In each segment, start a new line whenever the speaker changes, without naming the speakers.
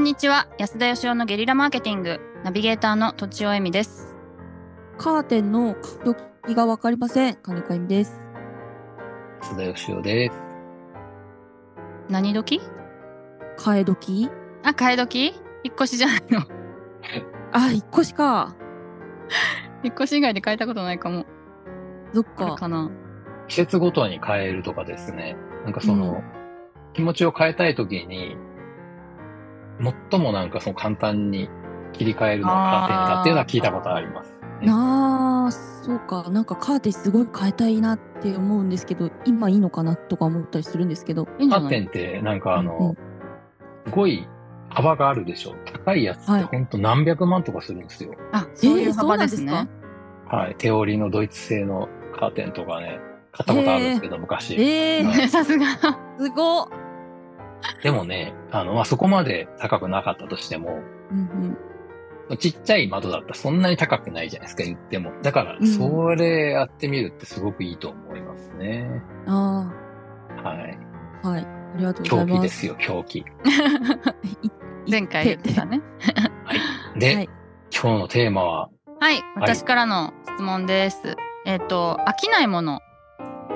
にちは安田義生のゲリラマーケティングナビゲーターのとちおえみです
カーテンの角度がわかりません。金子由美です。
須田義雄です。
何時
替え時
あ替え時引っ越しじゃ ないの
あ、引っ越しか。
引っ越し以外で変えたことないかも
そっ
ある
か。
かな
季節ごとに変えるとかですね。なんかその、
うん
気持ちを変えたいときに、最もなんかその簡単に切り替えるのはカーテンだっていうのは聞いたことあります。
なあ、そうか。なんかカーテンすごい変えたいなって思うんですけど、今いいのかなとか思ったりするんですけど。
いいんじ
カ
ゃ
ー
な
テ
い
ンってなんかあ
うんう
の
ん、
すごい幅があるでしょ。高いやつっ
は
て
い
ほんと何百万とかするんですよ。
あそういう幅です
そうなん
ね
で
はい。手織りのドイツ製のカーテンとかね、買ったことあるんですけど、昔。
ええ
はい
さすが
すごっ。
でもね、あの、まあ、そこまで高くなかったとしても、
うん
ちっちゃい窓だったらそんなに高くないじゃないですか、言っても。だから
う、ん
それやってみるってすごくいいと思いますね。
うん。あ
はい。
あ、はい。ありがとうござ
狂
い
気
ま。
ですすよ、狂気。
前回言ってたね
で、
はい
今日のテーマは、
はい、私からの質問です。えっ、と、飽きないもの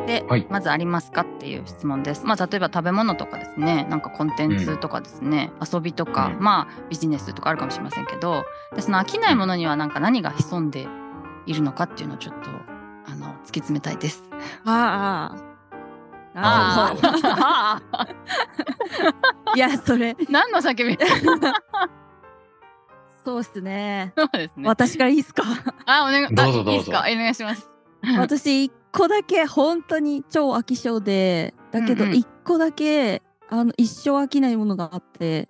で、
はい
まずありますかっていう質問です。まあ、例えば食べ物とかですね、なんかコンテンツとかですね、遊びとか、
うん
まあ、ビジネスとかあるかもしれませんけど、でその飽きないものにはなんか何が潜んでいるのかっていうのをちょっと、あの、突き詰めたいです。
ああ。
あ
あ
ー
ああ
あ。いや、それ、
何の叫び
そうっすね。
そうですね。
私からいいっすか。
あ、お願い、あ
どうぞどうぞ
いいですかお願いします。
私一個だけ本当に超飽き性でだけど
うんうん
一個だけ、あの一生飽きないものがあって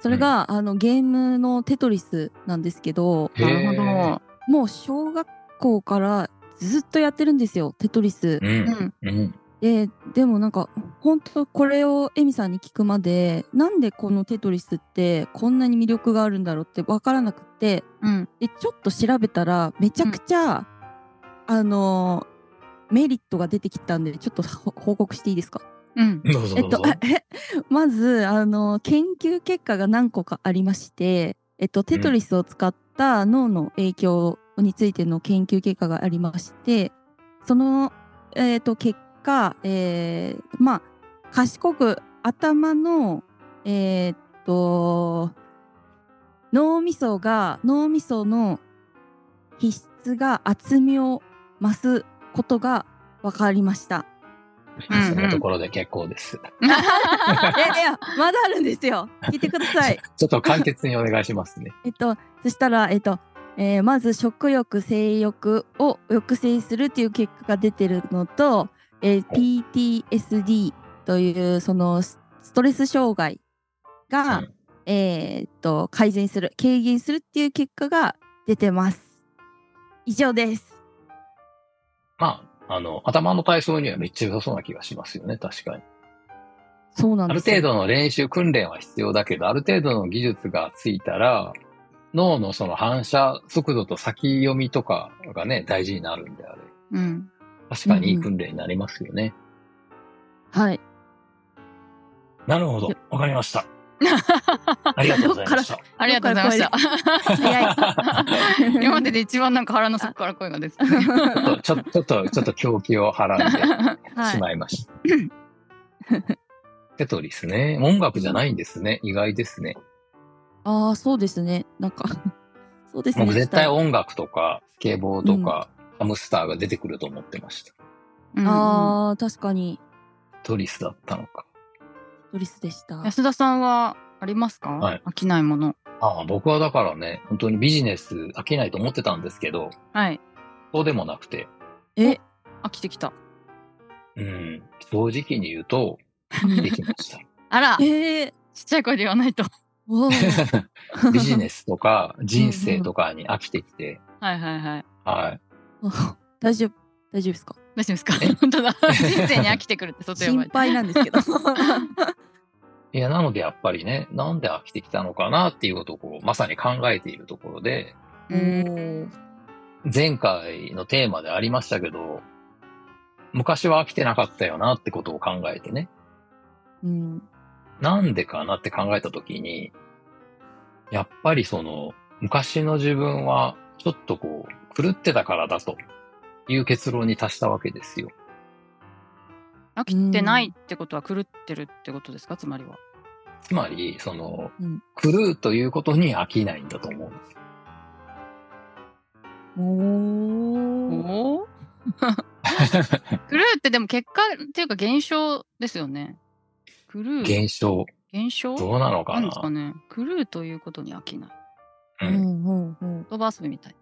それが、あのゲームの「テトリス」なんですけど
へー
なるほど。
もう小学校からずっとやってるんですよ「テトリス
う、
うんん。
うん、
ででもなんか本当これをエミさんに聞くまでなんでこの「テトリス」ってこんなに魅力があるんだろうって分からなくて
うん。
でちょっと調べたらめちゃくちゃ、あのーメリットが出てきたんでちょっとほ報告していいですか
うん。
どうぞ
え
ど
っ
う
と
ぞ。
まずあのー研究結果が何個かありまして、えっと、テトリスを使った脳の影響についての研究結果がありましてその、えっと結果、えーまあ賢く頭のえーっと脳みそが脳みその皮質が厚みを増すことが分かりました。
うん
そんなところで結構です。
いやいやまだあるんですよ。聞いてくださ い。
ちょっと簡潔にお願いしますね。
えっとそしたらえっと、えーまず食欲性欲を抑制するっていう結果が出てるのと、えー PTSD というそのスストレス障害が、
うん
えーっと改善する軽減するっていう結果が出てます。以上です。
まあ、あの、頭の体操にはめっちゃ良さそうな気がしますよね、確かに。
そうなん
あ
で
る
すよ。
程度の練習、訓練は必要だけど、ある程度の技術がついたら、脳のその反射速度と先読みとかがね、大事になるんであれ。
うん。
確かにいい訓練になりますよね。
はい。
なるほど。わかりました。ありがとうございました。
ありがとうございました。
早い。
今までで一番なんか腹の底から声が出てたね。
ちょっと、ちょっと、ちょっと狂気をはらんで
は
し
い。
まいま した。テトリスね。音楽じゃないんですね。意外ですね。
ああそうですね。なんか そうですね。
僕絶対音楽とか、スケボーとか、ハムスターが出てくると思ってました。テ
あ
ああ確かに
トリスだったのか。
ドリスでした。
安田さんはありますか、
はい
飽きないもの。
ああ、僕はだからね、本当にビジネス飽きないと思ってたんですけど、
はい。
そうでもなくて、
え、
飽きてきた。
うん、正直に言うと、飽きてきました。
あら、
え
ちっ
ー、
ちゃい声で言わないと。
おー
ビジネスとか人生とかに飽きてきて、
はいはいはい。
はい。
大丈夫大丈夫ですか
大丈夫ですか
え
本当だ。 人生に飽きてくるって外やば
心
い。
配なんです けど
いや、なのでやっぱりね、なんで飽きてきたのかなっていうことをこうまさに考えているところで、
お
うん
ー
前回のテーマでありましたけど、昔は飽きてなかったよなってことを考えてね、
うん
なんでかなって考えたときに、やっぱりその、昔の自分は、ちょっとこう、狂ってたからだという結論に達したわけですよ。
飽きてないってことは狂ってるってことですかつまりは。
つまり、その
うん、
狂うということに飽きないんだと思うんですよ。
おお。
おお狂うってでも結果っていうか現象ですよね。狂う。現
現象、
象
どうなのか
なん
な
ですかね。狂うということに飽きない。
う
うん
んうん
言葉遊びみたい。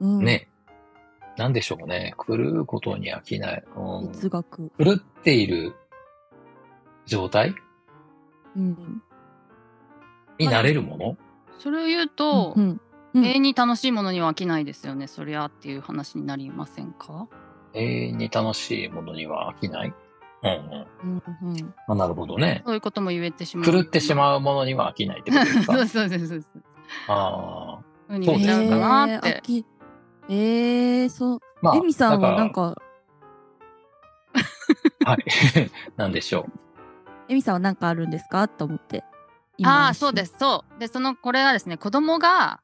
うん。。
ね。なんでしょうね。狂うことに飽きない。うん
哲学。
狂っている状態
うん。
になれるもの
それを言うと、
うん。うん
永遠に楽しいものには飽きないですよね。そりゃっていう話になりませんか
永遠に楽しいものには飽きないうんうん。
うんうん。
まあ、なるほどね。
そういうことも言えてしまう。
狂ってしまうものには飽きないってことです
そう
か
そうですそうです。
ああ。
ふうに
そう
見
で
えち
すね
ゃうかなっ
えー
て
飽。きえー、そう。
まあ、
エミさんはなん
か
か、
ら。はい。なんでしょ
エミさんはなんかあるんですかと思って。。
ああー、そうですす。そう。で、その、これはですね、子供が、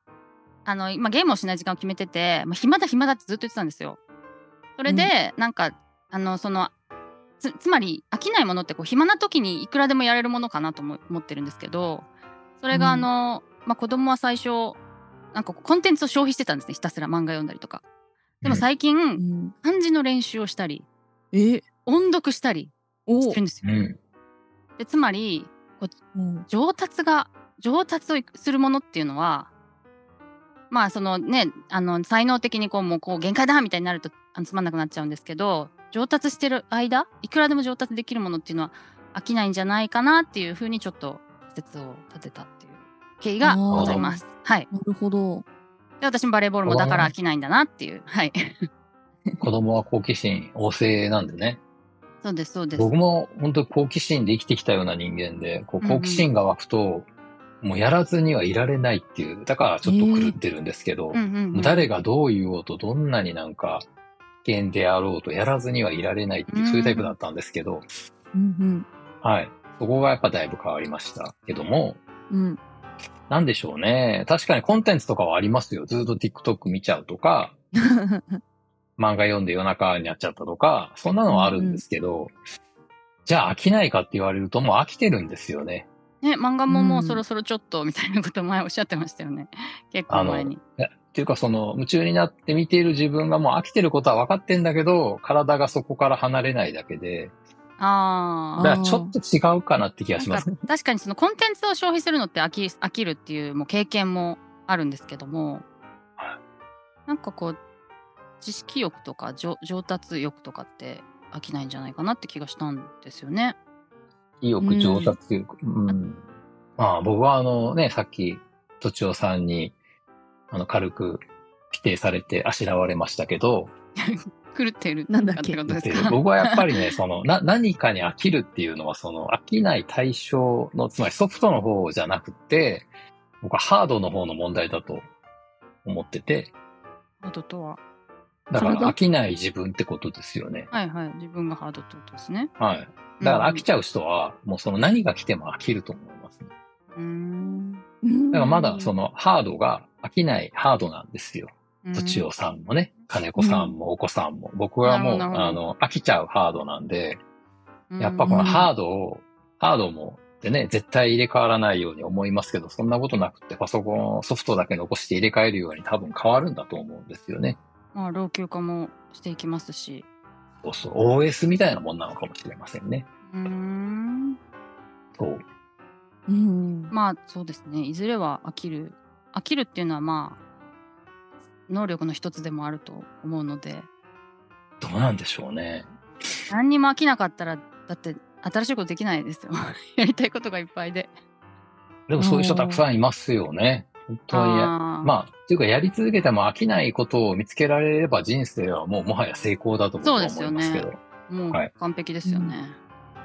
あの、今ゲームをしない時間を決めてて、まあ、暇だ暇だってずっと言ってたんですよ。それで、なんか、あの、その、つつまり飽きないものってこう暇な時にいくらでもやれるものかなとも思ってるんですけどそれが
うん
あの、まあ、子供は最初なんかこうコンテンツを消費してたんですねひたすら漫画読んだりとかでも
うん
最近、
うん、
漢字の練習をしたり
え
音読したりし
お
てるんです
う。
よ
う。ん。
でつまり
うん
上達が上達をするものっていうのはまあそのねあの才能的にこうもうこう限界だみたいになるとあのつまんなくなっちゃうんですけど上達してる間いくらでも上達できるものっていうのは飽きないんじゃないかなっていうふうにちょっと仮説を立てたっていう経緯がございます。はい、
なるほど。
で私もバレーボールもだから飽きないんだなっていうはい
子供は好奇心旺盛なんでね。
そうですそうです。
僕も本当に好奇心で生きてきたような人間で、こう
うんうん
好奇心が湧くと、もうやらずにはいられないっていう。だからちょっと狂ってるんですけど、
うんうんうん
誰がどう言おうとどんなになんか危険であろうとやらずにはいられないっていう、そういうタイプだったんですけど、
うん
はい。そこがやっぱだいぶ変わりましたけども、
うん。うん。
なんでしょうね。確かにコンテンツとかはありますよ。ずっと TikTok 見ちゃうと か、漫画読んで夜中にやっちゃったとか、そんなのはあるんですけど、じゃあ飽きないかって言われるともう飽きてるんですよね。
ね、漫画ももううんそろそろちょっとみたいなこと前おっしゃってましたよね。結構前に。
っていうかその夢中になって見ている自分がもう飽きてることは分かってんだけど、体がそこから離れないだけで、
あ
だ
あ。
からちょっと違うかなって気がし
な
ま
ん
す
か。確かにそのコンテンツを消費するのって飽き飽きるっていうもう経験もあるんですけども
はい
なんかこう知識欲とか上上達欲とかって飽きないんじゃないかなって気がしたんですよね。
意欲、上達欲。うん。まあ僕はあのね、さっき、とちおさんに、あの、軽く否定されてあしらわれましたけど、
狂っている
なんだっけ
てことです
で
か
僕はやっぱりね、 その、な、何かに飽きるっていうのは、その、飽きない対象の、つまりソフトの方じゃなくて、僕はハードの方の問題だと思ってて、
こととは。
だから
体
飽きない自分ってことですよね。
はいはい自分がハードってことですね。
はい。だから飽き
ち
ちゃう人は、もうその何が来ても飽きると思います、ね。
ゃうん。
だからまだそ
の、
のハードが飽きないハードなんですよ。
うん
とちおさんもね、金子さんもお子さんも。僕はもう、
なるほどな
あ
る
の、飽きちゃうハードなんで、
うん
やっぱこのハードを、ハードも、でね、絶対入れ替わらないように思いますけど、そんなことなくって、パソコン、ソフトだけ残して入れ替えるように多分変わるんだと思うんですよね。
まあ老朽化もしていきますし。
そうそう、OS みたいなもんなのかもしれませんね。
うーん
そう。
うん、
まあそうですねいずれは飽きる飽きるっていうのはまあ能力の一つでもあると思うので
どうなんでしょうね。
何にも飽きなかったらだって新しいことできないですよ やりたいことがいっぱいで
でもそういう人たくさんいますよね。本当に。
あー
まあ、というか、やり続けても飽きないことを見つけられれば人生はもうもはや成功だと僕は思います
そうで
け
す
ど。
よもう
はい
完璧ですよね、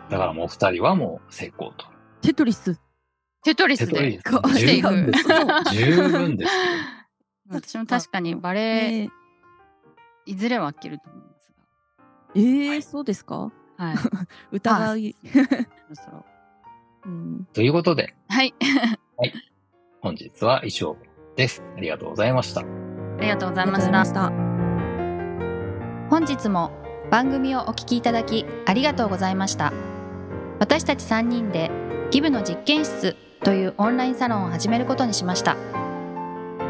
だからもうお二人はもう成功と。
テトリス。
テトリ
手
ス
取り
で
かわ
して
十
いく
分ですよ。十分ですよ。
私も確かにバレー、
えー、
いずれは飽きると思います
えー、そうですか
がはい
疑い。
そろそろ
うん、
ということで、
はい
本日は以上です。ありがとうございまし た。
ありがとうござ
あ
い
りが
ま
とうござ
し
い
た
ま。した。
本日も番組をお聞きいただきありがとうございました私たち3人でギブの実験室というオンラインサロンを始めることにしました